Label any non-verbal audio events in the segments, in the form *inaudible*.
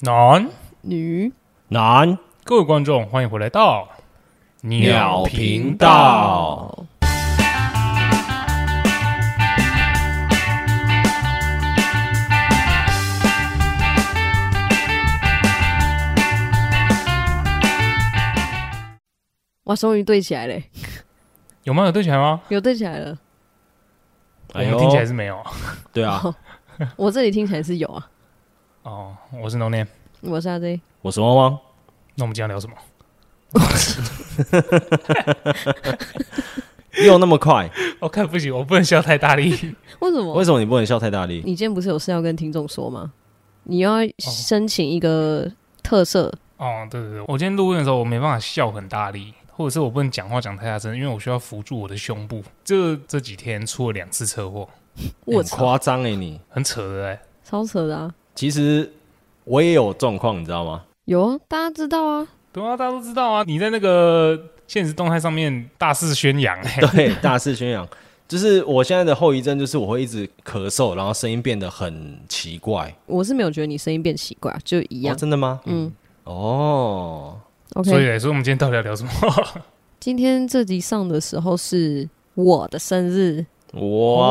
男，女男各位观众，欢迎回来到鸟频道。哇，终于对起来嘞！有吗？有对起来吗？有对起来了，哎我呦们，听起来是没有。对啊，哦我这里听起来是有啊。哦，我是 No Name，我是阿 J， *laughs* 我是汪汪，那我们今天聊什 *laughs* 么？又那么快，我、哦看不行，我不能笑太大力。为什么？为什么你不能笑太大力？你今天不是有事要跟听众说哦吗？你要申请一个特色， *laughs* 哦，对对对，我今天录音的时候，我没办法笑很大力，或者是我不能讲话讲太大声，因为我需要扶住我的胸部。这这几天出了两次车祸，我很操，夸张哎，你很扯的哎、超扯的啊！其实我也有状况，你知道吗？有啊，大家知道啊，对啊，大家都知道啊，你在那个现实动态上面大肆宣扬哎、对，大肆宣扬，就是我现在的后遗症就是我会一直咳嗽，然后声音变得很奇怪。我是没有觉得你声音变奇怪，就一哦，样。真的吗？嗯哦，所以，OK。嘞，所以我们今天到底要聊 *laughs* 什么？今天这集上的时候是我的生日，啊哇，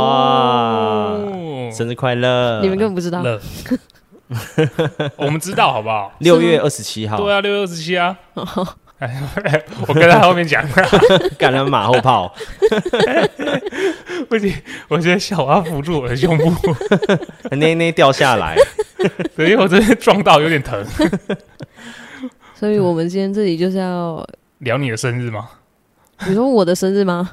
哦生日快乐！呃你们根本不知道。 *laughs* 乐，我们知道好不好？六月二十七号，对，啊，六月二十七啊。哦哎，我跟他后面讲， *laughs* 感染马后炮，不行，我现在笑，我要扶住我的胸部， *laughs* 那那掉下来，对，因为我这边撞到有点疼。所以我们今天这里就是要，聊你的生日吗？你说我的生 *laughs* 日吗？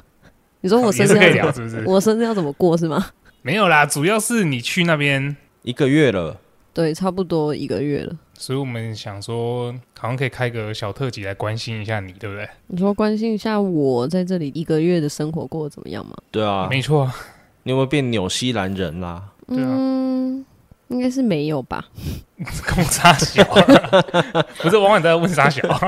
你说我也生是日啊可以要聊，怎是不么？是？我生日要怎么过是吗？没有啦，主要是你去那边，一个月了，对，差不多一个月了。所以我们想说，好像可以开个小特辑来关心一下你，对不对？你说关心一下我在这里一个月的生活过得怎么样吗？对啊，没错啊， *laughs* 你有没有变纽西兰人啦？对啊嗯，应该是没有吧。空沙小，啊 *laughs* 不是往往都在问沙小，啊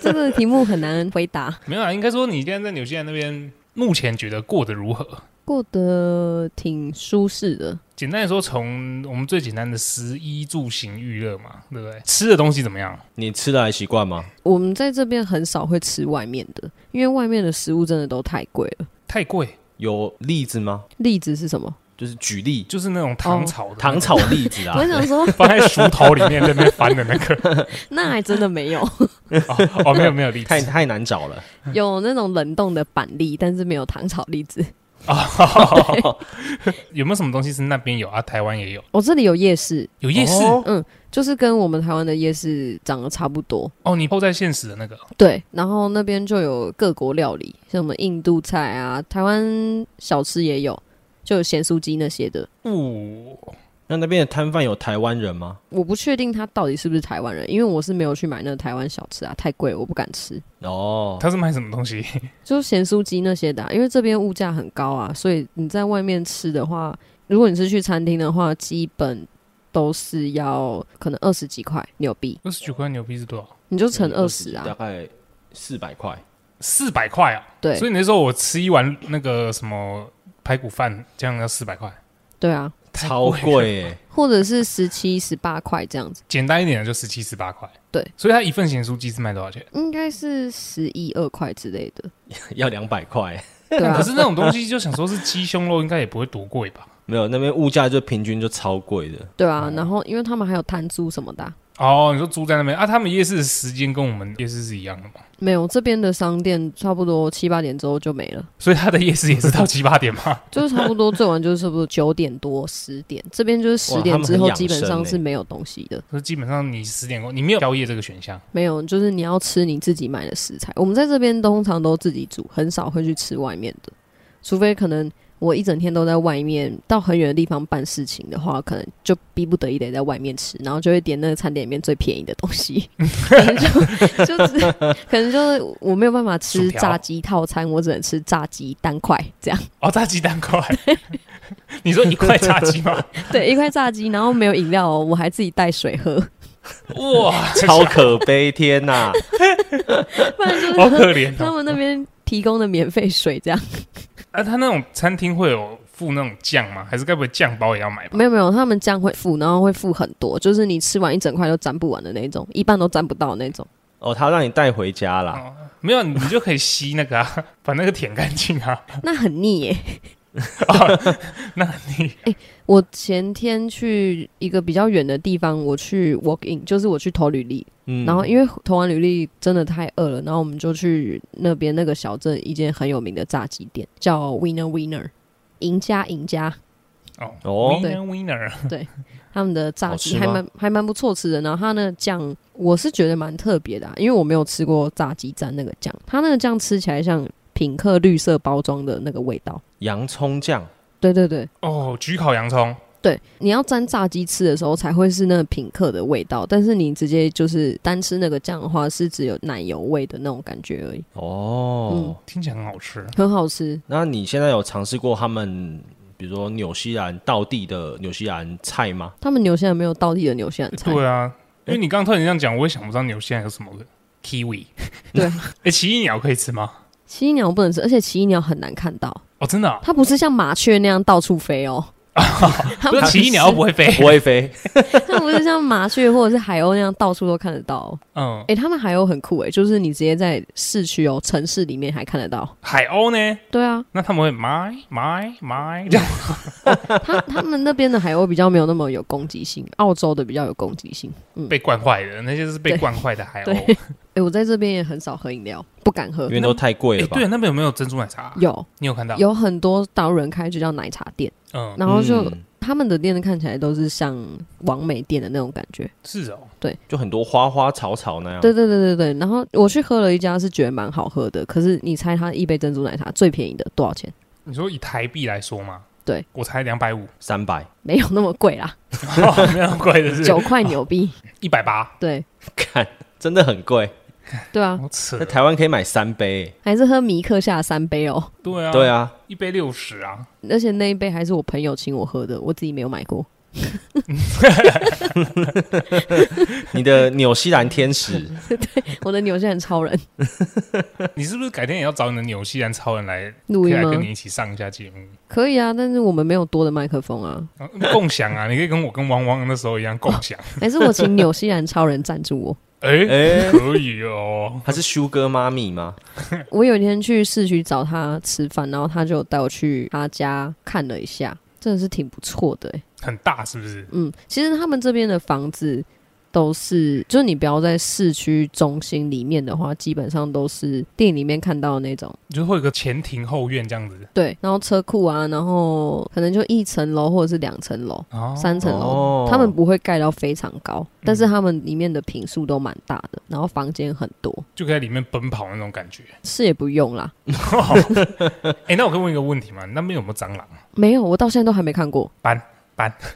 这个题目很难回答。没有啊啦，应该说你现在在纽西兰那边，目前觉得过得如何？过得挺舒适的，简单来说，从我们最简单的食衣住行娱乐嘛，对不对？吃的东西怎么样？你吃的还习惯吗？我们在这边很少会吃外面的，因为外面的食物真的都太贵了。太贵，有栗子吗？栗子是什么？就是举 *laughs* 例，就是那种糖炒的、糖炒栗子啊我，想说，放在熟头里面在那边翻的那个。 *laughs* *laughs* 那还真的没有，哦，哦没有没有栗子 *laughs* 太太难找了。有那种冷冻的板栗，但是没有糖炒栗子。哦， *laughs* 有没有什么东西是那边有啊？台湾也有，我、这里有夜市，有夜市哦哦就是跟我们台湾的夜市长得差不多，哦你抛在现实的那个对，然后那边就有各国料理，像什么印度菜啊，台湾小吃也有，就有咸酥鸡那些的。哦，那那边的摊贩有台湾人吗？我不确定他到底是不是台湾人，因为我是没有去买那个台湾小吃啊，太贵，我不敢吃。哦，他是卖什么东西？就是咸酥鸡那些的啊、因为这边物价很高啊，所以你在外面吃的话，如果你是去餐厅的话，基本都是要可能二十几块纽币，二十九块牛逼是多少？你就嗯乘二十大啊。概四百块。四百块啊！对所以那时候我吃一碗那个什么排骨饭，这样要四百块，对啊，太超了。贵、欸，或者是十七、十八块这样子，简单一点的就十七十八块，对，所以他一份咸酥鸡是卖多少钱？应该是十一二块之类 *laughs* 的。 *laughs* 要两百块，对啊可，是那种东西就想说是鸡胸肉，应该也不会多贵吧？没有那边物价就平均就超贵的。对啊，然后因为他们还有摊租什么的啊、哦，你说租在那边啊？他们夜市的时间跟我们夜市是一样的吗？没有这边的商店差不多七八点之后就没了，所以他的夜市也是到七八点吗？就是差不多最晚就是差不多九点多十点，这边就是十哇点他们之很后养基本生上欸是没有东西的， *laughs* 所以基本上你十点过，你没有宵夜这个选项。没有，就是你要吃你自己买的食材。我们在这边通常都自己煮，很少会去吃外面的，除非可能。我一整天都在外面，到很远的地方办事情的话，可能就逼不得已得在外面吃，然后就会点那个餐点里面最便宜的东西， *laughs* 可能就就是可能就是我没有办法吃薯条炸鸡套餐，我只能吃炸鸡单块这样。哦，炸鸡蛋块， *laughs* 你说一块炸鸡 *laughs* 吗？对，一块炸鸡，然后没有饮料、哦，我还自己带水喝，哇，超可悲，天 *laughs* 呐、不然就是好可怜他哦！们那边提供的免费水这样。啊，他那种餐厅会有附那种酱吗？还是该不会酱包也要买吧？没有没有，他们酱会付，然后会付很多，就是你吃完一整块都沾不完的那种，一半都沾不到的那种。哦，他让你带回家啦。没有，你就可以吸那个啊， *laughs* 把那个舔干净啊。哦那很腻耶、那你我前天去一个比较远的地方，我去 walk in，就是我去投履历，嗯，然后因为投完履历真的太饿了，然后我们就去那边那个小镇一间很有名的炸鸡店，叫 Winner Winner，赢家赢家，哦哦对，winner winner，他们的炸好鸡吃还吗蛮还蛮不错吃的。然后它那个酱，我是觉得蛮特别的、啊，因为我没有吃过炸鸡蘸那个酱，它那个酱吃起来像品客绿色包装的那个味道。洋葱酱对对对哦，焗烤洋葱，对，你要蘸炸鸡吃的时候才会是那个品客的味道，但是你直接就是单吃那个酱的话，是只有奶油味的那种感觉而已，哦嗯，听起来很好吃。很好吃。那你现在有尝试过他们，比如说纽西兰道地的纽西兰菜 *laughs* 吗？他们纽西兰没有道地的纽西兰菜，对啊，因为你刚刚突然这样讲，我也想不到纽西兰有什么 kiwi。对 *laughs* 哎、奇异鸟可以吃吗？奇异鸟不能吃，而且奇异鸟很难看到，哦，真的、啊，它不是像麻雀那样到处飞哦。它不是奇异鸟又不会飞。不会飞， *laughs* 它不是像麻雀或者是海鸥那样到处都看得到、哦。嗯，诶，他们海鸥很酷诶，就是你直接在市区哦，城市里面还看得到。海鸥呢？对啊，那他们会买买买这样。他他们那边的海鸥比较没有那么有攻击性，澳洲的比较有攻击性。被惯坏的，那些是被对惯坏的海鸥。对诶，我在这边也很少喝饮料，不敢喝因。为都太贵哎、了吧？对，那边有没有珍珠奶茶啊、有你有看到？有很多岛人开就叫奶茶店，嗯，然后就、嗯他们的店看起来都是像王美店的那种感觉。是哦，就很多花花草草那样。对对对对对。然后我去喝了一家是觉得蛮好喝的，可是你猜它一杯珍珠奶茶最便宜的多少钱？你说以台币来说嘛，对我才两百五，哦三百，没有那么贵啦，没有那么贵的是九块 *laughs* 纽币。一百八，对看真的很贵。对啊，好扯在。台湾可以买三杯，还是喝米克下三杯哦，对啊，对啊，啊，一杯六十啊，而且那一杯还是我朋友请我喝的，我自己没有买 *laughs* 过。你的纽西兰 *laughs* 天使我的纽西兰超人你是不是改天也要找你的纽西兰超人来，录可以音来吗跟？你一起上一下节目，可以啊，但是我们没有多的麦克风啊，啊共享啊，你 *laughs* 可以跟我跟汪汪那时候一样共 *laughs* 享，还是我请纽西兰超人赞助我。 *laughs* 哎、哎可以哦，他是 Sugar 妈咪吗？ *laughs* 我有一天去市区找他吃饭，然后他就带我去他家看了一下，真的是挺不错的、欸。很大是不是？嗯，其实他们这边的房子都是，就是你不要在市区中心里面的话，基本上都是电影里面看到的那种。就是会有个前庭后院这样子，对，然后车库啊，然后可能就一层楼或者是两层楼、哦，嗯三层楼，哦他们不会盖到非常高，但是他们里面的平数都蛮大的，然后房间很多，就可以在里面奔跑那种感觉。是也不用啦。哎、那我可以问一个问题吗？那边有没有蟑螂？没有，我到现在都还没 *laughs* 看过。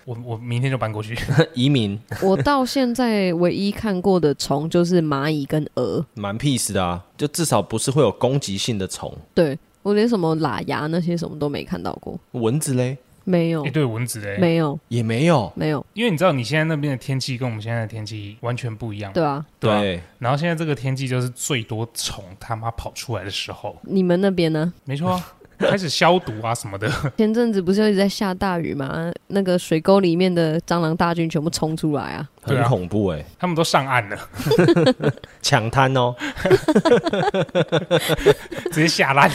我我明天就搬过去。移民我到现在唯一看过的虫就是蚂蚁跟蛾，蛮 peace 的啊，就至少不是会有攻击性的虫。对我连什么喇牙那些什么都没看到过，蚊子嘞没有一，对哦蚊子 *laughs* 哎、没有，也没有，没有，因为你知道你现在那边的天气跟我们现在的天气完全不一样，对啊，对啊对，然后现在这个天气就是最多虫他妈跑出来的时候，你们那边呢？没错、 *laughs* 啊，开始消毒啊什么的，前阵子不是一直在下大雨吗？那个水沟里面的蟑螂大军全部冲出来啊！对很啊恐怖哎，他们都上岸了，抢滩哦，直接下烂。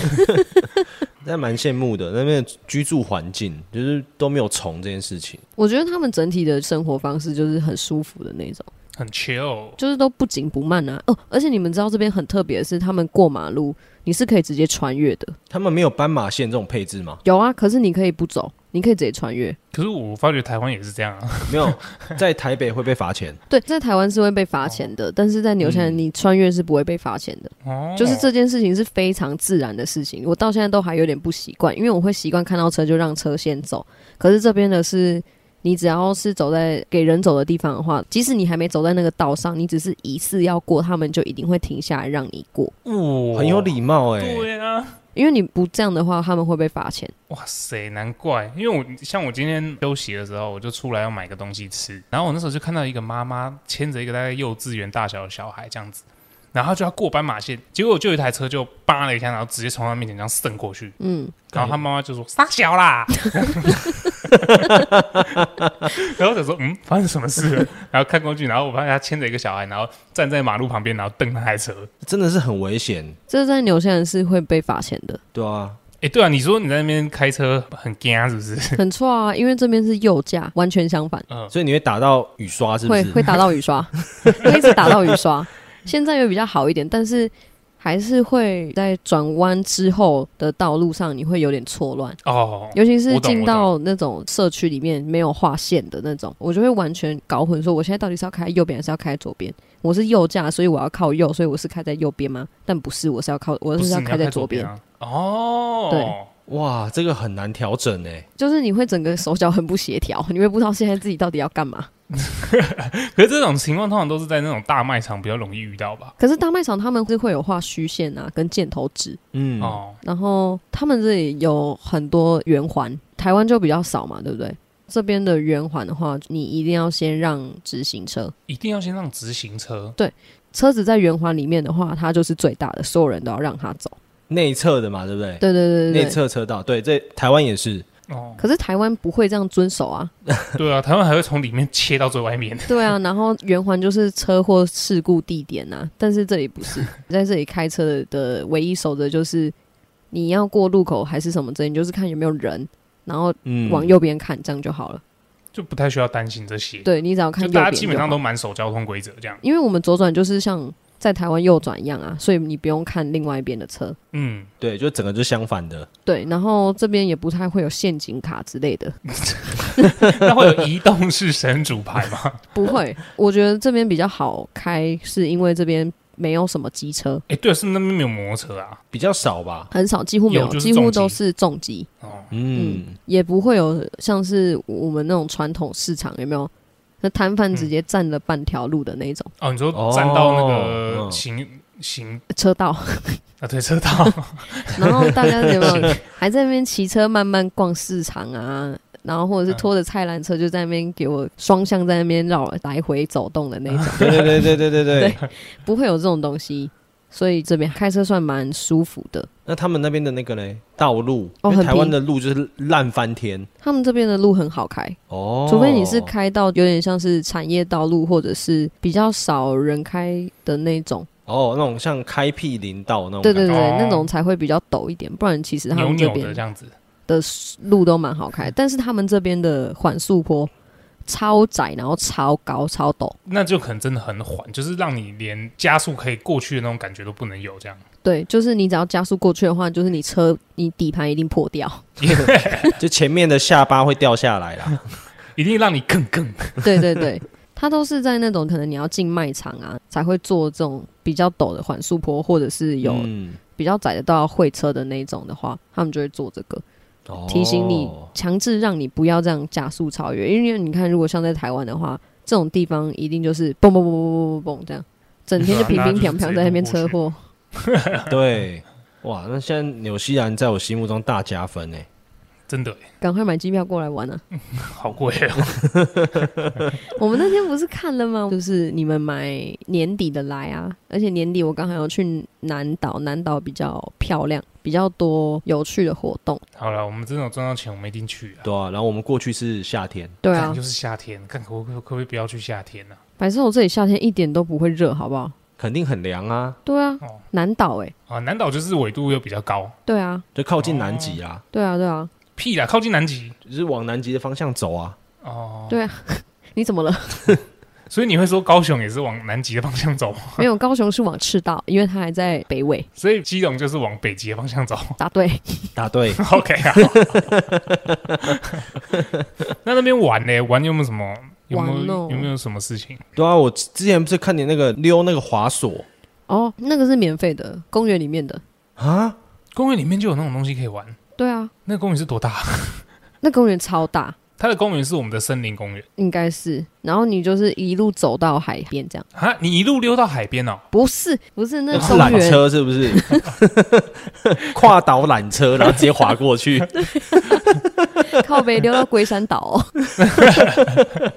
那蛮羡慕的。那边的居住环境就是都没有虫这件事情，我觉得他们整体的生活方式就是很舒服的那种，很 chill，就是都不紧不慢啊。哦，而且你们知道这边很特别的是，他们过马路你是可以直接穿越的。他们没有斑马线这种配置吗？有啊，可是你可以不走，你可以直接穿越。可是我发觉台湾也是这样啊，没 *laughs* 有，在台北会被罚钱。对，在台湾是会被罚钱的，但是在纽西兰你穿越是不会被罚钱的。哦，就是这件事情是非常自然的事情，我到现在都还有点不习惯，因为我会习惯看到车就让车先走，可是这边的是。你只要是走在给人走的地方的话，即使你还没走在那个道上，你只是疑似要过，他们就一定会停下来让你过，哦哇很有礼貌哎、对啊，因为你不这样的话，他们会被罚钱。哇塞，难怪，因为我像我今天休息的时候，我就出来要买个东西吃，然后我那时候就看到一个妈妈牵着一个大概幼稚园大小的小孩这样子，然后他就要过斑马线，结果就有一台车就扒了一下，然后直接从他面前这样渗过去，嗯，然后他妈妈就说傻小啦， *laughs* 然后我想说嗯，发生什么事了？然后看过去，然后我发现他牵着一个小孩，然后站在马路旁边，然后瞪那台车。真的是很危险，这在纽西兰是会被罚钱的，对啊，哎，对啊，你说你在那边开车很惊是不是？很错啊，因为这边是右驾，完全相反，所以你会打到雨刷是不会是？会打到雨刷，会一直打到雨刷。现在有比较好一点，但是还是会在转弯之后的道路上，你会有点错乱。哦，尤其是我懂进我懂到那种社区里面没有划线的那种，我就会完全搞混，说我现在到底是要开右边还是要开左边？我是右驾，所以我要靠右，所以我是开在右边吗？但不是，我是要靠，我不是是要你开在左边。啊？哦，对哇，这个很难调整哎、就是你会整个手脚很不协调，你会不知道现在自己到底要干嘛。可是这种情况通常都是在那种大卖场比较容易遇到吧？可是大卖场他们是会有画虚线啊，跟箭头指，嗯，哦，然后他们这里有很多圆环，台湾就比较少嘛，对不对？这边的圆环的话，你一定要先让直行车，一定要先让直行车车子在圆环里面的话，它就是最大的，所有人都要让它走。内侧的嘛，对不对？对对对内对对。侧车道，对，这台湾也是，哦，可是台湾不会这样遵守啊， *laughs* 对啊，台湾还会从里面切到最外面。 *laughs* 对啊，然后圆环就是车祸事故地点呐、啊，但是这里不是，在这里开车的的唯一守则就是你要过路口还是什么之类，你就是看有没有人，然后嗯，往右边看，这样就好了。就不太需要担心这些。，对你只要看就右大家边基就本上好都，蛮守交通规则这样。因为我们左转就是像在台湾右转一样啊，所以你不用看另外一边的车。嗯，对，就整个就相反的，对，然后这边也不太会有陷阱卡之类的，那会有移动式神主牌 *laughs* 吗？不会。我觉得这边比较好开，是因为这边没有什么机车，哎、对，是不是那边没有摩托车啊。比较少吧。很少，几乎没有，有就是几乎重机都是重机。哦，嗯，也不会有像是我们那种传统市场有没有？那摊贩嗯直接占了半条路的那种、哦，你说哦站到那个嗯行、行车道，啊，对，车道然后大家有没有还在那边骑车慢慢逛市场啊？然后或者是拖着菜篮车就在那边给我双向在那边绕来回走动的那啊种，嗯对对对对对对对。不会有这种东西，所以这边开车算蛮舒服的。那他们那边的那个嘞，道路，哦因为很台湾平的路就是烂翻天他们这边的路很好开，哦，除非你是开到有点像是产业道路或者是比较少人开的那种，哦那种像开辟林道那种对感觉，对对，哦那种才会比较陡一点，不 *laughs* 然其实他扭们这扭的边这样子。的路都蛮好开，但是他们这边的缓速坡超窄，然后超高、超陡，那就可能真的很缓，就是让你连加速可以过去的那种感觉都不能有，这样对，就是你只要加速过去的话，就是你车你底盘一定破掉，就前面的下巴会掉下来啦。一定让你更更对对对，它都是在那种可能你要进卖场啊才会做这种比较陡的缓速坡，或者是有嗯比较窄的道要会车的那种的话，他们就会做这个。哦提醒你，强制让你不要这样加速超越，因为你看，如果像在台湾的话，这种地方一定就是蹦蹦蹦蹦蹦蹦蹦这样，整天就对乒啊乒乓乓在那边大家车就是直接祸。对，哇，那现在纽西兰在我心目中大加分哎，真的赶快买机票过来玩啊！好贵哦。 *laughs* 我们那天不是看了吗？就是你们买年底的来啊，而且年底我刚好要去南岛，南岛比较漂亮，比较多有趣的活动。好了，我们真的有赚到钱，我们一定去啊。对啊，然后我们过去是夏天，对看啊又，是夏天，看可不可可不可以不要去夏天呢、啊白色我这里夏天一点都不会热，好不好？肯定很凉啊，对啊哦，南岛哎、啊？啊，南岛就是纬度又比较高，对啊，就靠近南极啊，对啊，对啊，屁啦，靠近南极就是往南极的方向走啊。哦。对啊！你怎么了？所以你会说高雄也是往南极的方向走吗， *laughs* *laughs* 没有，高雄是往赤道，因为它还在北纬。所以基隆就是往北极的方向走。 *laughs* 答对，答对， OK 啊。 *laughs* 那那边玩呢？玩有没有什么？有没玩有、哦有没有什么事情？ *laughs* 对啊，我之前不是看你那个溜那个滑索哦，那个是免费的，公园里面的。啊，公园里面就有那种东西可以玩。对啊，那个公园是多大？那公园超大，它的公园是我们的森林公园应该是。然后你就是一路走到海边这样，啊！你一路溜到海边哦，不是不是 *laughs* 那是公缆园，车是不是？ *laughs* 跨岛缆车，然后直接滑 *laughs* 过去，靠北溜到龟山岛、哦。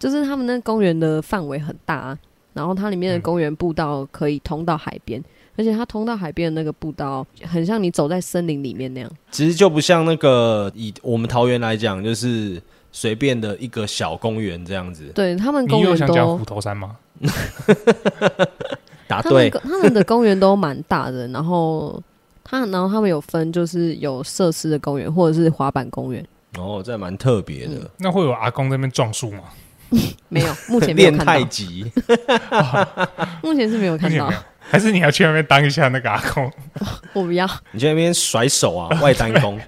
就是他们那公园的范围很大、啊，然后它里面的公园步道可以通到海边，而且它通到海边的那个步道，很像你走在森林里面那样。其实就不像那个以我们桃园来讲，就是随便的一个小公园这样子。对他们你公又园想讲都虎，头山吗？啊答他们对，他们的公园都蛮大的，然后他然后他们有分就是有设施的公园或者是滑板公园，哦，这蛮特别的。那会有阿公在那边撞树吗？*laughs* 没有，目嗯前没有练看太到，极，目前是没有看目前到没，有，还是你要去那边当一下那个阿公？我不要，你去那边甩手啊，外单 *laughs* 弓，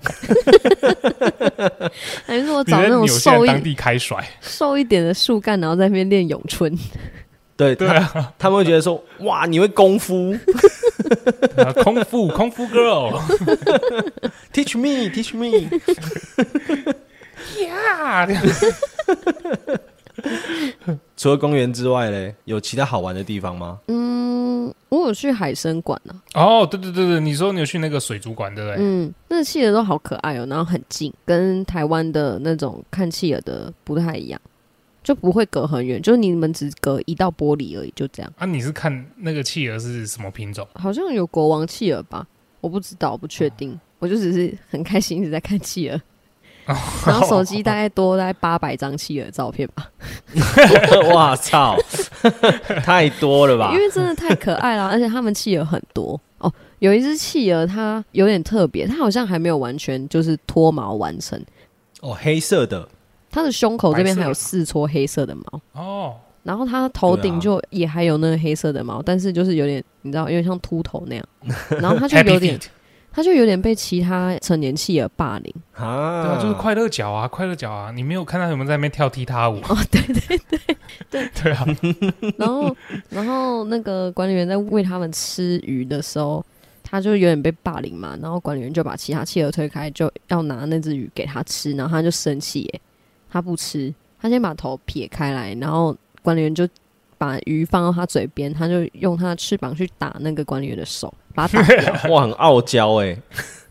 还是我你找在那种纽西兰瘦一当地开甩，瘦一点的树干，然后在那边练咏春。对对啊他他们会觉得说，哇，你会功夫然后空 *laughs* 腹空腹 girl ，teach me，teach me，呀， *laughs* 除了公园之外嘞，有其他好玩的地方吗？嗯，我有去海参馆啊，哦，对对对对，你说你有去那个水族馆对不对？嗯，那个企鹅都好可爱哦，然后很近，跟台湾的那种看企鹅的不太一样，就不会隔很远，就是你们只隔一道玻璃而已，就这样。啊，你是看那个企鹅是什么品种？好像有国王企鹅吧，我不知道，我不确哦定，我就只是很开心一直在看企 *laughs* 鹅。然后手机大概多大概八百张企鹅照片 *laughs* 吧，哇操， *laughs* 太多了吧因？为真的太可 *laughs* 爱了，而且他们企鹅很多哦。有一只企鹅，它有点特别，它好像还没有完全就是脱毛完成，哦，黑色的，它的胸口这边还有白四撮黑色的毛， *laughs* 哦，然后它头顶啊对就也还有那个黑色的毛，但是就是有点你知道，有点像秃头 *laughs* 那样，然后它就 Happy 有点 Feet，，它就有点被其他成年企鹅霸凌。对啊啊，就是快乐脚啊，快乐脚啊，你没有看到有没有在那边跳踢踏舞？哦，对对， *laughs* 对 *laughs* 啊，然后然后那个管理员在喂他们吃鱼的时候，他就有点被霸凌嘛，然后管理员就把其他企鹅推开，就要拿那只鱼给他吃，然后他就生气耶，他不吃，他先把头撇开来，然后管理员就把鱼放到他嘴边，他就用他的翅膀去打那个管理员的手，把他打掉。哇，很傲娇哎，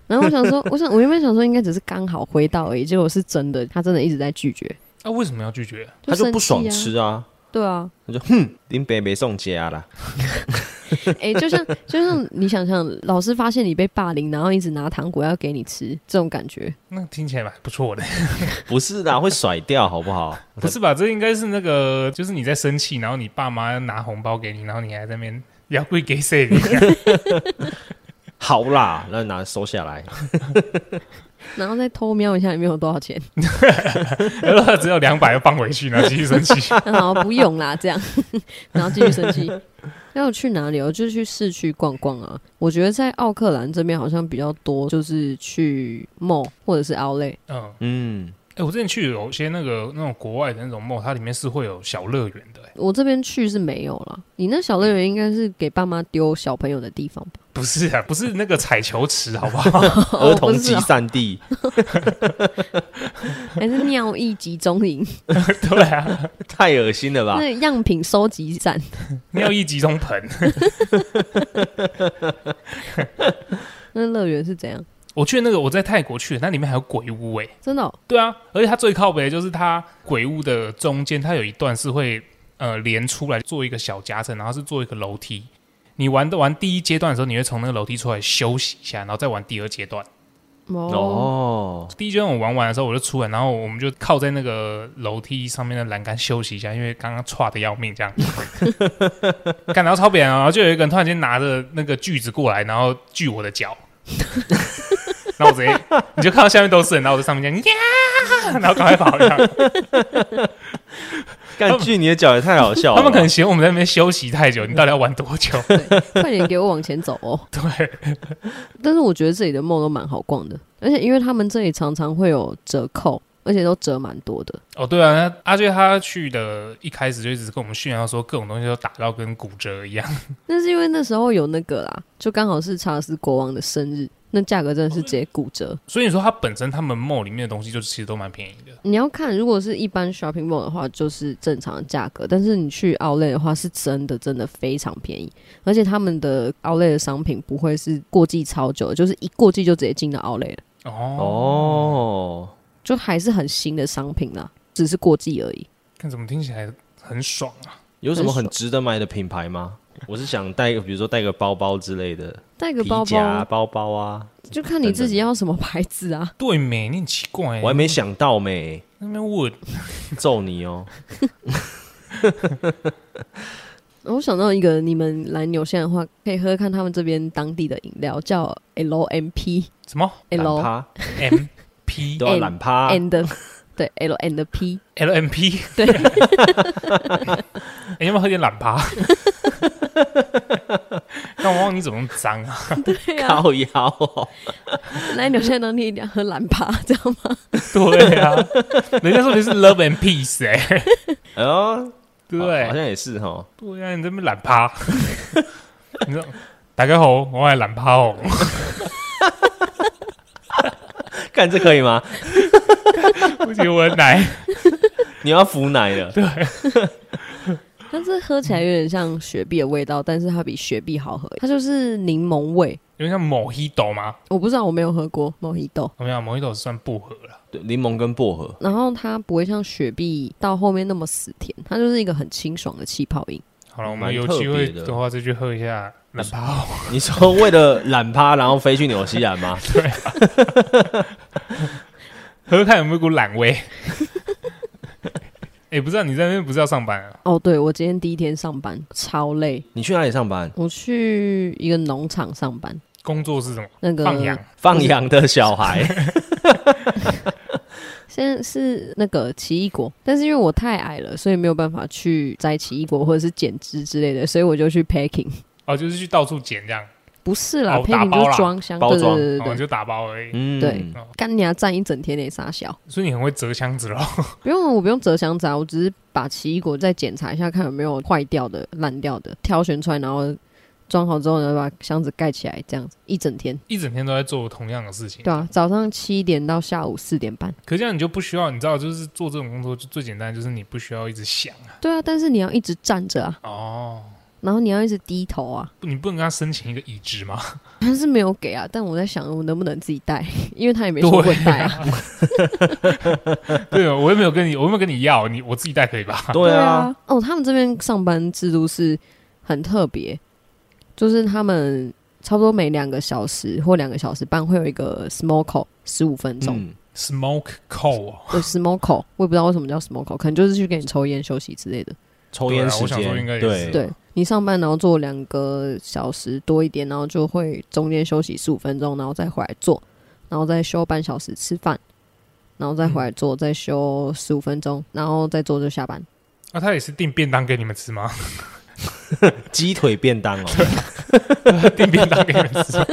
然后我想说，我想我原本想说应该只是刚好挥到而已，结果是真的，他真的一直在拒绝，那啊为什么要拒绝？他就生不爽气啊吃啊，对啊，林北没送家啦。哎、就像就像你想想，老师发现你被霸凌，然后一直拿糖果要给你吃，这种感觉。那听起来蛮不错的，不是啦，会甩掉好不好？ *laughs* 不是吧？这应该是那个，就是你在生气，然后你爸妈拿红包给你，然后你还在那边要跪给 *laughs* 谁？好啦，那拿收下来。然后再偷瞄一下里面有多少钱，然后只有两百放回去，然后继续生气。然后不用啦，这样，然后继续生气。要去哪里哦？我就去市区逛逛啊。我觉得在奥克兰这边好像比较多，就是去 mall 或者是 outlet。嗯，嗯，哎，我之前去有些那个那种国外的那种 mall，它里面是会有小乐园的，欸我这边去是没有啦。你那小乐园应该是给爸妈丢小朋友的地方吧？不是啊，不是那个彩球池，好不 *laughs* 好？ *laughs* 儿童集哦不是散地，哦还是尿液集中营？对啊，太恶心了吧？那样品收集站。尿液集中盆。那乐园是怎样？我去那个我在泰国去的，那里面还有鬼屋哎、欸真的、哦？对啊，而且它最靠北的就是它鬼屋的中间，它有一段是会呃连出来做一个小夹层，然后是做一个楼梯。你玩的玩第一阶段的时候，你会从那个楼梯出来休息一下，然后再玩第二阶段。哦，第一阶段我玩完的时候，我就出来，然后我们就靠在那个楼梯上面的栏杆休息一下，因为刚刚差的要命，这样。干到超扁啊，然后就有一个人突然间拿着那个锯子过来，然后锯我的脚， *laughs* 然后我直接你就看到下面都是人，然后我在上面这样呀，然后赶快跑这样。干锯你的脚也太好笑了吧。他们可能嫌我们在那边休息太久，你到底要玩多 *laughs* 久？快点给我往前走哦！对，但是我觉得这里的梦都蛮好逛的，而且因为他们这里常常会有折扣，而且都折蛮多的。哦对啊，那阿俊他去的一开始就一直跟我们炫耀说各种东西都打到跟骨折一样， *laughs* 那是因为那时候有那个啦，就刚好是查尔斯国王的生日，那价格真的是直接骨折。所以你说他本身他们 mall 里面的东西就其实都蛮便宜的。你要看，如果是一般 shopping mall 的话，就是正常的价格，但是你去 outlet 的话，是真的真的非常便宜，而且他们的 outlet 的商品不会是过季超久的，就是一过季就直接进到 outlet 了，哦，哦，就还是很新的商品啦，只是过季而已。看怎么听起来很爽啊！有什么很很爽值得买的品牌吗？我是想带，比如说带个包包之类的，带个皮包夹、包，包包啊，就看你自己要什么牌子啊。对没？你很奇怪、欸，我还没想到没，那边问揍你哦！我想到一个，你们来纽西兰的话，可以喝喝看他们这边当地的饮料，叫 LMP 什 *laughs* 么 L 懒趴 M P 都要懒趴， *laughs* and 对 L and P， L M P， *laughs* 对你要不要喝点懒 *laughs* 趴？但我忘记你怎么那么脏啊！对 *laughs* 啊，靠腰哦，来纽西兰当地一定要喝蓝趴，知嗯道吗？对啊，人家说你是 Love and Peace 哎、哎呦，对不好好对？像也是哦哈。对啊，你这边懒趴， *laughs* 你说大家好，我爱懒趴 *laughs* 哦， *laughs* 干这可以吗？不行，我的奶，你要扶奶了，但是喝起来有点像雪碧的味道，但是它比雪碧好喝，它就是柠檬味。有点像某一斗吗？我不知道，我没有喝过 Mojito。怎么样？某一斗算不合了，对柠檬跟薄荷，然后它不会像雪碧到后面那么死甜，它就是一个很清爽的气泡饮。好了，我蛮们有特机别会的的话再去喝一下懒趴哦。你说为了懒趴然后飞去纽西兰吗？ *laughs* 喝看有没有股懒味。 *laughs* 哎、不知道你在那边不是要上班啊？哦，对，我今天第一天上班，超累。你去哪里上班？我去一个农场上班，工作是什么？那个放羊。放羊的小孩，现在是那个奇异果，但是因为我太矮了，所以没有办法去摘奇异果或者是剪枝之类的，所以我就去 packing。哦，就是去到处捡这样，不是啦、哦 p a 打 c k 包 i n g 啦就是装箱，包对对装对对哦，对。就打包而已。嗯，对干你啊，站一整天的傻小，所以你很会折箱子咯。 *laughs* 不用啊，我不用折箱子啊，我只是把奇异果再检查一下，看有没有坏掉的、烂掉的，挑选出来，然后装好之后呢，把箱子盖起来，这样子一整天。一整天都在做同样的事情。对啊，早上七点到下午四点半。可这样你就不需要，你知道，就是做这种工作就最简单，就是你不需要一直想啊。对啊，但是你要一直站着啊，哦，然后你要一直低头啊。 *laughs* 不你不能跟他申请一个移植吗？他是没有给啊，但我在想我能不能自己带， *laughs* 因为他也没说会带啊。 *laughs* 对啊，我又没有跟你，我又没有跟你要，你我自己带可以吧？对啊，，哦，他们这边上班制度是很特别，就是他们差不多每两个小时或两个小时半会有一个 smoke call 十五分钟。嗯， Smoke call，哦有 smoke call，我也不知道为什么叫 smoke call，可能就是去给你抽烟、休息之类的。抽烟对啊时我想说应间，该也对是对你上班然后做两个小时多一点，然后就会中间休息十五分钟，然后再回来做，然后再休半小时吃饭，然后再回来做，再休十五分钟，然后再做就下 *laughs* 班。那、啊他也是订便当给你们吃 *laughs* 吗？鸡腿便当哦，订便当给你们吃吗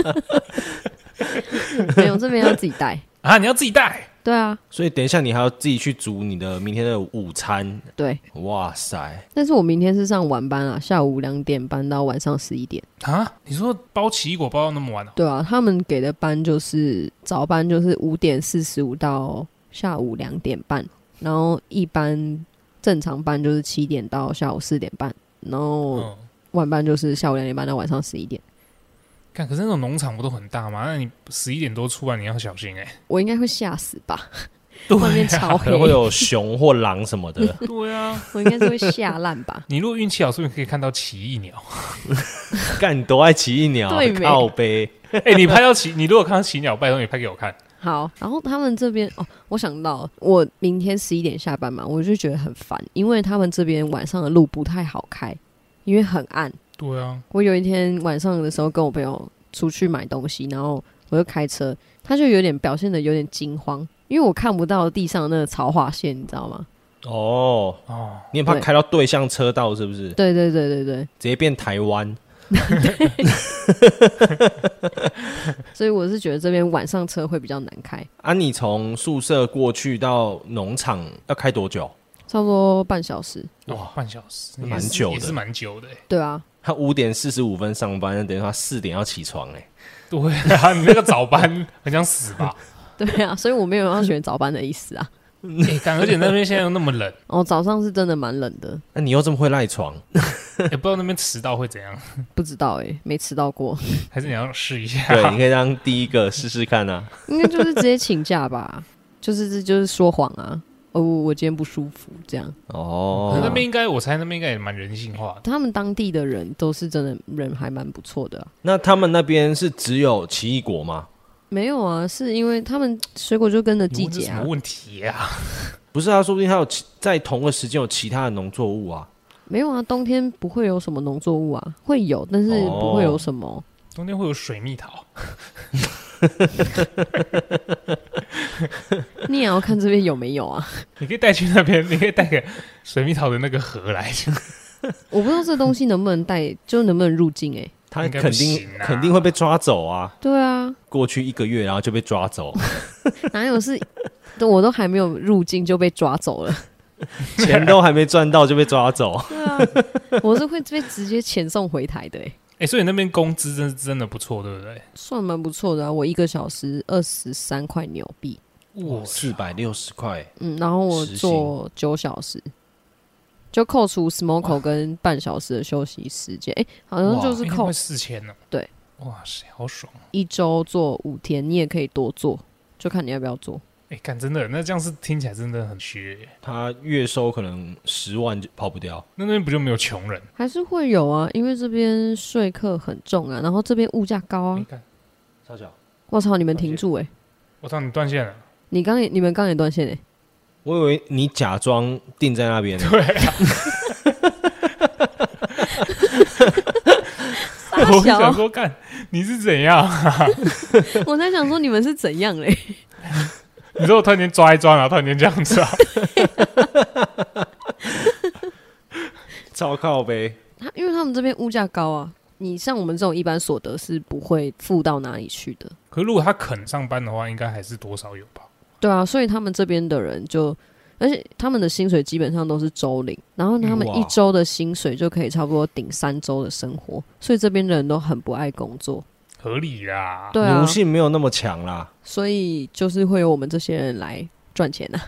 没有，这边要自己带。 *laughs* 啊？你要自己带？对啊，所以等一下你还要自己去煮你的明天的午餐，对。哇塞，但是我明天是上晚班啊，下午两点半到晚上十一点。啊？你说包奇异果包到那么晚哦？对啊，他们给的班就是早班就是五点四十五到下午两点半，然后一班正常班就是七点到下午四点半，然后嗯，晚班就是下午两点半到晚上十一点。看，可是那种农场不都很大吗？那你十一点多出来，你要小心哎、欸。我应该会吓死吧？对，啊外面超可黑能，会有熊或狼什 *laughs* 么的 *laughs* 对啊，？我应该是会吓烂吧 *laughs* 你如果运气好，说不定可以看到奇异鸟。 *laughs* 干你多爱奇异鸟啊对，没靠背，哎、你拍到奇，你如果看到奇鸟，拜托你拍给我看。好，然后他们这边哦，我想到我明天十一点下班嘛，我就觉得很烦，因为他们这边晚上的路不太好开，因为很暗。对啊，我有一天晚上的时候跟我朋友出去买东西，然后我就开车，他就有点表现的有点惊慌，因为我看不到地上那个草画线，你知道吗？哦哦，你很怕对开到对向车道是不是？对对对对对，直接变台湾，所以我是觉得这边晚上车会比较难开，啊，你从宿舍过去到农场要开多久？差不多半小时。哇，半小时，蛮也是久的也是蛮久的、欸。对啊， *laughs* 他五点四十五分上班，等于他四点要起床哎、对啊， *laughs* 你那个早班很想死 *laughs* 吧？对啊，所以我没有要选早班的意思啊。 *laughs* 欸干、而且那边现在又那么冷，哦，早上是真的蛮冷的，那、啊你又这么会 *laughs* 赖床，也、不知道那边迟到会怎样，不知道诶、欸没吃到 *laughs* 过，还是你要试一下？对，你可以当第一个试试看啊。应该就是直接请假吧？就是这就是说谎啊。我哦，我今天不舒服这样。可哦是 *laughs* 那边应该，我猜那边应该也蛮人性化的。他们当地的人都是真的人还蛮不错的啊、那他们那边是只有奇异果吗？没有啊，是因为他们水果就跟着你季问这节什啊么，问题啊？不是啊，说不定还有其在同个时间有其他的农作物啊。没有啊，冬天不会有什么农作物啊，会有，但是不会有什么。中间会有水蜜桃，你也要看这边有没有啊？你可以带去那边，你可以带个水蜜桃的那个盒来。 *laughs* 我不知道这东西能不能带，就能不能入境哎、他应该肯不定、行啊肯定会被抓走啊！对啊，过去一个月，然后就被抓走，啊 *laughs* 哪有是，都我都还没有入境就被抓走了。啊钱都还没赚到就被抓走。对啊，我是会被直接遣送回台的、欸，哎、所以那边工资真真的不错，对不对？ *laughs* 算蛮不错的啊。我一个小时二十三块纽币，哇，四百六十块，嗯，然后我时薪做九小时，就扣除 smoke 跟半小时的休息时间，哎、好像哇就是应该扣快四千呢。对，哇塞，好爽！一周做五天，你也可以多做，就看你要不要做。哎、欸，干真的，那这样是听起来真的很虚。他月收可能十万就跑不掉。那那边不就没有穷人？还是会有啊，因为这边税课很重啊，然后这边物价高你啊。看，小小，我操，你们停住哎、我操，你断线了。你刚也你们刚也断线哎、我以为你假装定在那边呢， *laughs* *laughs* 我小想说，干你是怎样？啊 *laughs* 我在想说你们是怎样嘞？ *laughs* 你说我突然间抓一抓，然后突然间这样子啊？超靠呗。他因为他们这边物价高啊，你像我们这种一般所得是不会付到哪里去的。可是如果他肯上班的话，应该还是多少有吧？对啊，所以他们这边的人就，而且他们的薪水基本上都是周领，然后他们哇一周的薪水就可以差不多顶三周的生活，所以这边的人都很不爱工作。合理啦。对啊奴，性没有那么强 *laughs* 啦，所以就是会有我们这些人来赚钱啊。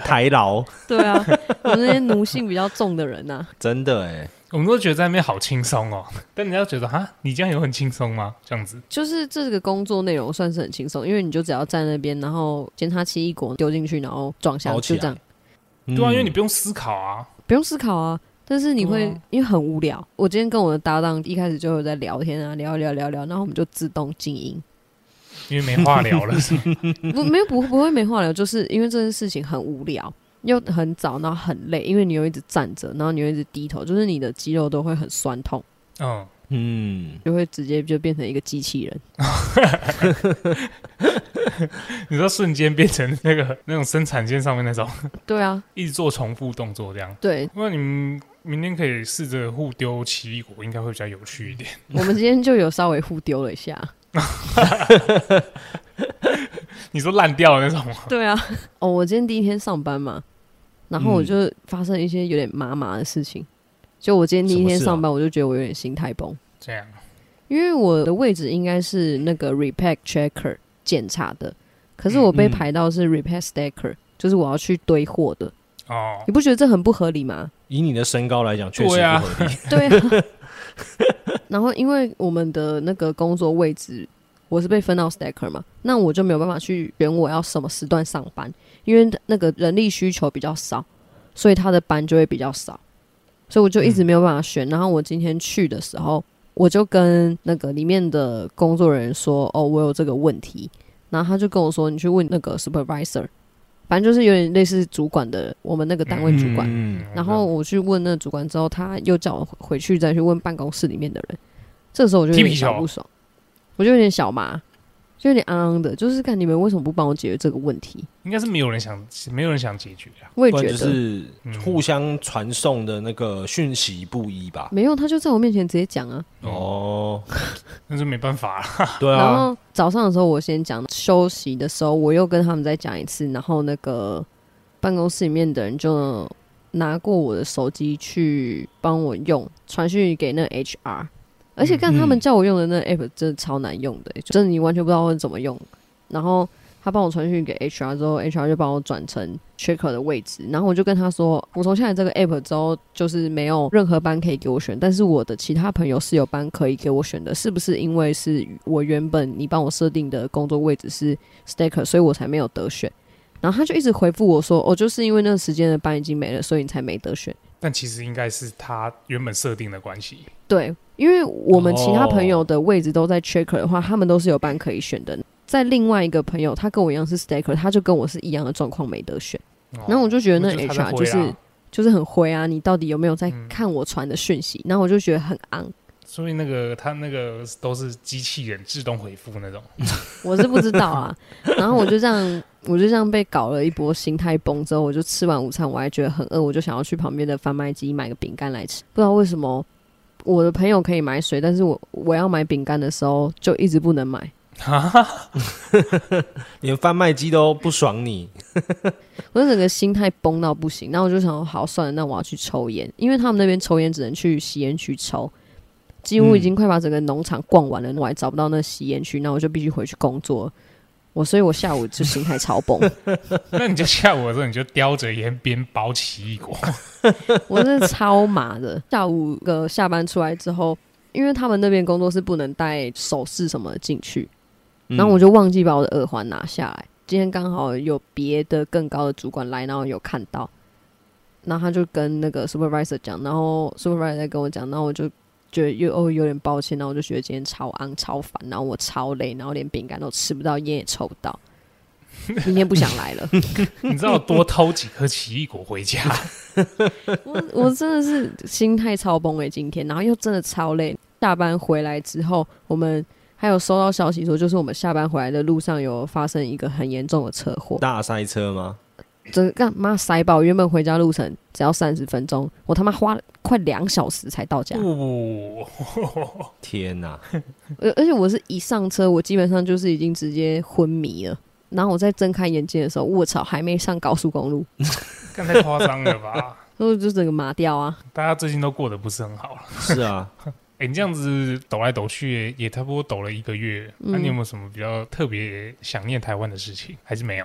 台劳 *laughs* 对啊， *laughs* 我们这些奴性比较重的人呐、啊真的哎，我们都觉得在那边好轻松哦， *laughs* 但人家觉得哈，你这样有很轻松吗？这样子，就是这个工作内容算是很轻松，因为你就只要站那边，然后检查奇异果丢进去，然后装箱，包起就来这样，对啊，嗯因为你不用思考啊。不用思考啊。但是你会、对嗯啊因为很无聊，我今天跟我的搭档一开始就有在聊天啊，聊一聊聊一聊，然后我们就自动静 *laughs* 音，因为没话聊了，是吗不没有不不会没话聊，就是因为这件事情很无聊，又很早，然后很累，因为你又一直站着，然后你又一直低头，就是你的肌肉都会很酸痛， *laughs* 嗯，嗯，就会直接就变成一个机器 *laughs* 人。嗯你说瞬间变成那个那种生产线上面那种，对啊，一直做重复动作这样。对，那你们明天可以试着互丢奇异果，应该会比较有趣一点。 *laughs* 我们今天就有稍微互丢了一下。你说烂掉的那种吗？对啊，哦，我今天第一天上班嘛，然后我就发生一些有点麻麻的事情。就我今天第一天上班，我就觉得我有点心态崩，这样，因为我的位置应该是那个 repack checker 检查的，可是我被嗯排到是 repack stacker，、就是我要去堆货的。哦，你不觉得这很不合理吗？以你的身高来讲，确实对啊不合理。对啊。然后因为我们的那个工作位置，我是被分到 stacker 嘛，那我就没有办法去选我要什么时段上班，因为那个人力需求比较少，所以他的班就会比较少，所以我就一直没有办法选。然后我今天去的时候，我就跟那个里面的工作人员说：“哦，我有这个问题。”然后他就跟我说：“你去问那个 supervisor，反正就是有点类似主管的， *laughs* 我们那个单位主管。嗯，然后我去问那个主管之后，他又叫我回去再去问办公室里面的人。这时候我就有踢点皮球小不爽，我就有点小麻，就有点昂昂的，就是看你们为什么不帮我解决这个问题？应该是没有人想，没有人想解决啊。我也不然觉就得是互相传送的那个讯息不一吧。没有，他就在我面前直接讲啊。哦，那就没办法了。对然啊，后早上的时候我先讲，休息的时候我又跟他们再讲一次，然后那个办公室里面的人就拿过我的手机去帮我用传讯给那个 HR，而且看他们嗯叫我用的那个 app 真的超难用的、欸真的你完全不知道怎么用。然后他帮我传讯给 HR 之后，HR 就帮我转成 checker 的位置，然后我就跟他说，我从下载这个 app 之后，就是没有任何班可以给我选，但是我的其他朋友是有班可以给我选的，是不是因为是我原本你帮我设定的工作位置是 staker，所以我才没有得选？然然后他就一直回复我说，哦，就是因为那个时间的班已经没了，所以你才没得选。但其实应该是他原本设定的关系。对，因为我们其他朋哦友的位置都在 checker 的话，他们都是有班可以选的。在另外一个朋友，他跟我一样是 staker，他就跟我是一样的状况，没得选。然后我就觉得那哦就是他在 HR 挥就是啦就是很灰啊，你到底有没有在嗯看我传的讯息？然后我就觉得很昂，所以那个他那个都是机器人自动回复那种， *laughs* 我是不知道啊。然后我就这样，我就这样被搞了一波心态崩之后，我就吃完午餐，我还觉得很饿，我就想要去旁边的贩卖机买个饼干来吃。不知道为什么我的朋友可以买水，但是我我要买饼干的时候就一直不能买。连贩卖机都不爽你，我就整个心态崩到不行，然后我就想说，好，算了，那我要去抽烟，因为他们那边抽烟只能去吸烟区抽，几乎已经快把整个农场逛完了，我还找不到那吸烟区，那我就必须回去工作。我所以，我下午就心态超崩， *laughs* 那你就下午的时候你就叼着烟边包奇异果， *laughs* 我真的超麻的。下午呃下班出来之后，因为他们那边工作是不能带首饰什么的进去，嗯然后我就忘记把我的耳环拿下来。今天刚好有别的更高的主管来，然后有看到，然后他就跟那个 supervisor 讲，然后 supervisor 在跟我讲，然后我就觉得又哦有点抱歉，然后我就觉得今天超昂超烦，然后我超累，然后连饼干都吃不到，烟也抽不到，明天不想来了。你知道我多偷几颗奇异果回 *laughs* 家，我我真的是心态超崩诶、欸今天，然后又真的超累。下班回来之后，我们还有收到消息说，就是我们下班回来的路上有发生一个很严重的车祸，大塞车吗？真的干妈塞爆！原本回家路程只要三十分钟，我他妈花了快两小时才到嗯家。不、哦天哪、而而且我是一上车，我基本上就是已经直接昏迷了。然后我在睁开眼睛的时候，卧槽，还没上高速公路， *laughs* 干太夸张了吧？所以我就整个麻掉啊！大家最近都过得不是很好了。是啊， *laughs* 哎、你这样子抖来抖去也差不多抖了一个月，那、嗯你有没有什么比较特别想念台湾的事情？还是没有？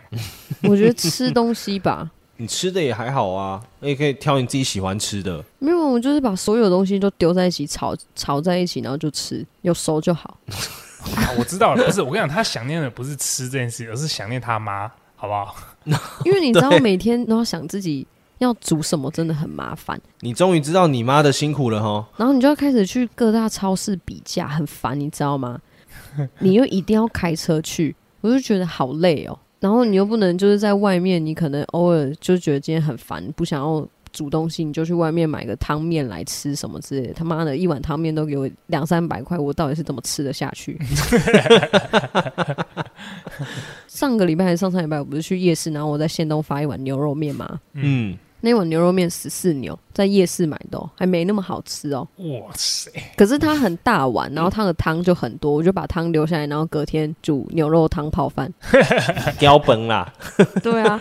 我觉得吃东西吧，你吃的也还好啊，那也可以挑你自己喜欢吃的。没有，我就是把所有东西都丢在一起炒炒在一起，然后就吃，有熟就好。啊，我知道了，不是我跟你讲，他想念的不是吃这件事，而是想念他妈，好不好？因为你知道对每天都要想自己要煮什么，真的很麻烦。你终于知道你妈的辛苦了哈，然后你就要开始去各大超市比价，很烦，你知道吗？你又一定要开车去，我就觉得好累哦。然后你又不能就是在外面，你可能偶尔就觉得今天很烦，不想要煮东西，你就去外面买个汤面来吃什么之类的。他妈的，一碗汤面都给我两三百块，我到底是怎么吃得下去？上个礼拜还是上上礼拜，我不是去夜市，然后我在县东发一碗牛肉面吗？嗯，那碗牛肉面十四牛，在夜市买的、哦，还没那么好吃哦。哇塞，可是它很大碗，然后它的汤就很多，我就把汤留下来，然后隔天煮牛肉汤泡饭。嗯标本啦，对啊，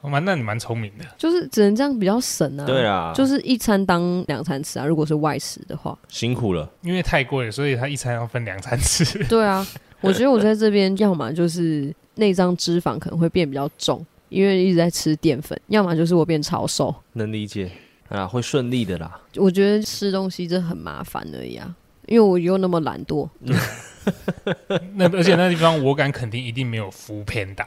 哦蛮那你蛮聪明的。 *laughs* 就是只能这样比较省啊。对啦，就是一餐当两餐吃啊。如果是外食的话，辛苦了，因为太贵了，所以他一餐要分两餐吃。 *laughs* 对啊，我觉得我在这边要么就是内脏脂肪可能会变比较重，因为一直在吃淀粉；要么就是我变超瘦。能理解啊，会顺利的啦。我觉得吃东西真的很麻烦而已啊，因为我又那么懒惰。那而且那地方我敢肯定一定没有服务 Panda，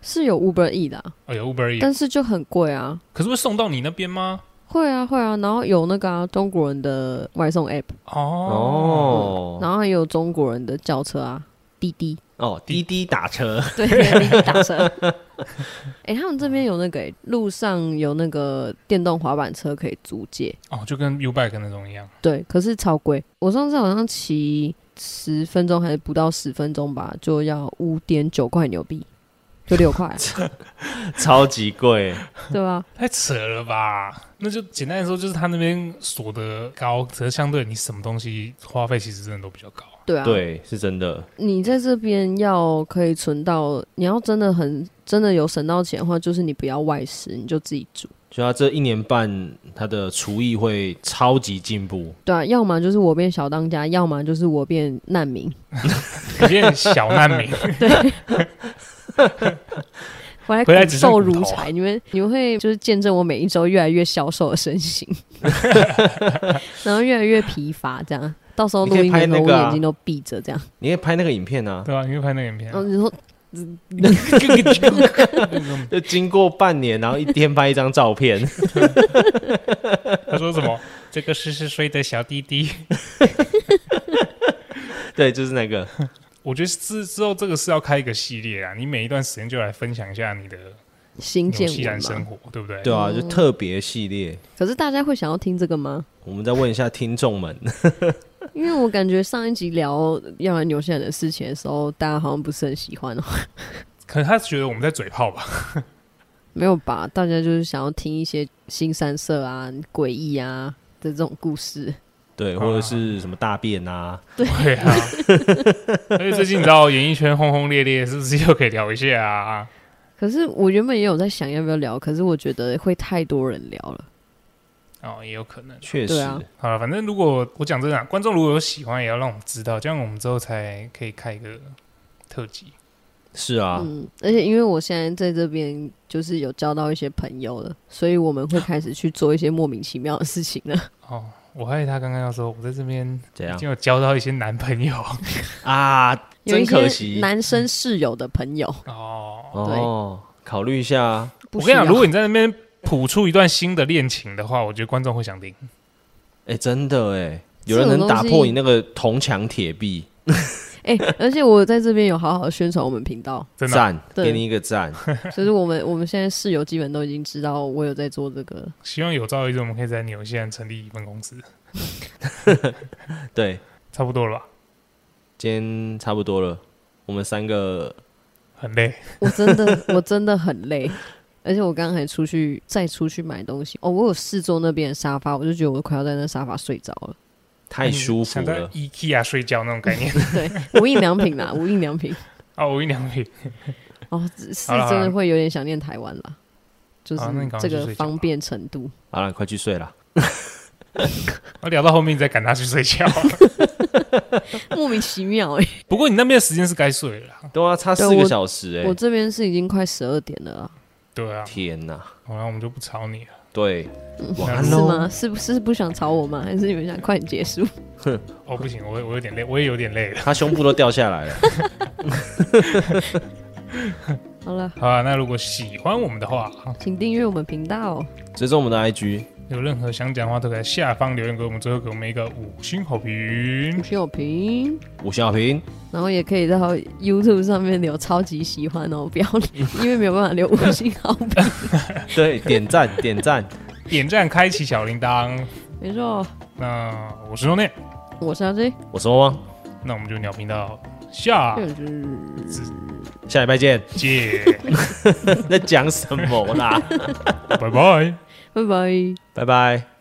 是有 Uber E 的啊、哎呦 Uber E，但是就很贵啊。可是会送到你那边吗？会啊，会啊，然后有那个啊，中国人的外送 app，、哦，哦嗯然后还有中国人的轿车啊，滴 *laughs* 滴，哦，滴滴打车， *laughs* 对，滴滴打车。 *laughs* 哎、他们这边有那个、欸、路上有那个电动滑板车可以租借，哦，就跟 U Bike 那种一样，对，可是超贵。我上次好像骑十分钟还是不到十分钟吧，就要五点九块纽币，就六 *laughs* 块啊、超级贵，对啊吧、太扯了吧？那就简单来说，就是他那边锁的高，只是相对你什么东西花费其实真的都比较高。对啊，对，是真的。你在这边要可以存到，你要真的很真的有省到钱的话，就是你不要外食，你就自己煮。就他这一年半，他的厨艺会超级进步，对啊，要么就是我变小当家，要么就是我变难民。你变小难民，回来回来骨只剩瘦骨如头啊柴，你们你们会就是见证我每一周越来越消瘦的身形，然后越来越疲乏，这样到时候录音的时候、你可以拍那我个啊眼睛都闭着这样。哦你可以拍那个影片啊， *laughs* *laughs* 对吧、你会拍那个影片然后，你说就经过半年，然后一天拍一张照片， *laughs* *laughs* 他说什么？这个是是睡的小弟弟。 *laughs* 对，就是那个，我觉得之之后这个是要开一个系列啊，你每一段时间就来分享一下你的新纽见西兰闻生嘛。活，对不对？对哎啊，就特别系列。可是大家会想要听这个吗？我们再问一下听众们，因为我感觉上一集聊要来纽西兰的事情的时候，大家好像不是很喜欢哦。 *laughs* 可能他觉得我们在嘴炮吧？没有吧？大家就是想要听一些新三色啊、诡异啊的这种故事。对，啊或者是什么大便啊，对啊。 *laughs* 而且最近你知道演艺圈轰轰烈烈，是不是又可以聊一下啊？可是我原本也有在想要不要聊，可是我觉得会太多人聊了。哦，也有可能。确对实，啊好了，反正如果我讲真的啊、观众如果有喜欢，也要让我们知道，这样我们之后才可以开一个特辑。是啊，嗯，而且因为我现在在这边就是有交到一些朋友了，所以我们会开始去做一些莫名其妙的事情 *laughs* 了。哦，我还以为他刚刚要说，我在这边怎已样经有交到一些男朋友啊？有真一可些惜男生室友的朋友，哦。哦，考虑一下，不 *laughs* 我跟你讲，需要如果你在那边谱出一段新的恋情的话，我觉得观众会想听。哎，真的哎，这有人种能打东破西你那个铜墙铁壁， *laughs* 哎、而且我在这边有好好宣传我们频道，真的啊、赞，对给你一 *laughs* 个赞，就是我们我们现在室友基本都已经知道我有在做 *laughs* 这个了。希望有朝一日我们可以在纽西兰成立一份公司，对，差不多了吧？今天差不多了，我们三个很累，我真的我真的很累，而且我刚才出去再出去买东西哦，我有试坐那边的沙发，我就觉得我快要在那沙发睡着了。哎太舒服想在了， IKEA 睡觉那种概 *laughs* 念。 *laughs* 对，无印良 *laughs* 品啦，无印良品哦，无印良品，哦，只是好啦好啦真的会有点想念台湾啦，就是好那你赶快这去个睡觉吧方便程度。 *laughs* 好了，快去睡了，我聊到后面你再赶他去睡 *laughs* 觉。莫名其妙哎、不过你那边的时间是该睡了啦。对啊，差对四个我小时我哎，这边是已经快十二点了啊，对啊，天哪，好了，我们就不吵你了。对，晚安是喽。吗？是不是不想吵我吗？还是你们想快点结束？ *laughs* 哦，不行，我我有点累，我也有点累了。他胸部都掉下来了。 *laughs* 好了，好啊，那如果喜欢我们的话，请订阅我们频道，追踪我们的 IG，有任何想讲的话，都可以在下方留言给我们，最后给我们一个五星好评五。星好评。五星好评，然后也可以到 YouTube 上面留超级喜欢哦， *laughs* 不要因为没有办法留五星好评。对，点赞点赞，点赞，开启小铃铛。没错，那我是钟念，我是阿 J，我是汪汪，那我们就鸟频道下这就是下礼拜见。 *laughs* 见， *laughs* 在讲什么啦？拜拜。拜拜。拜拜。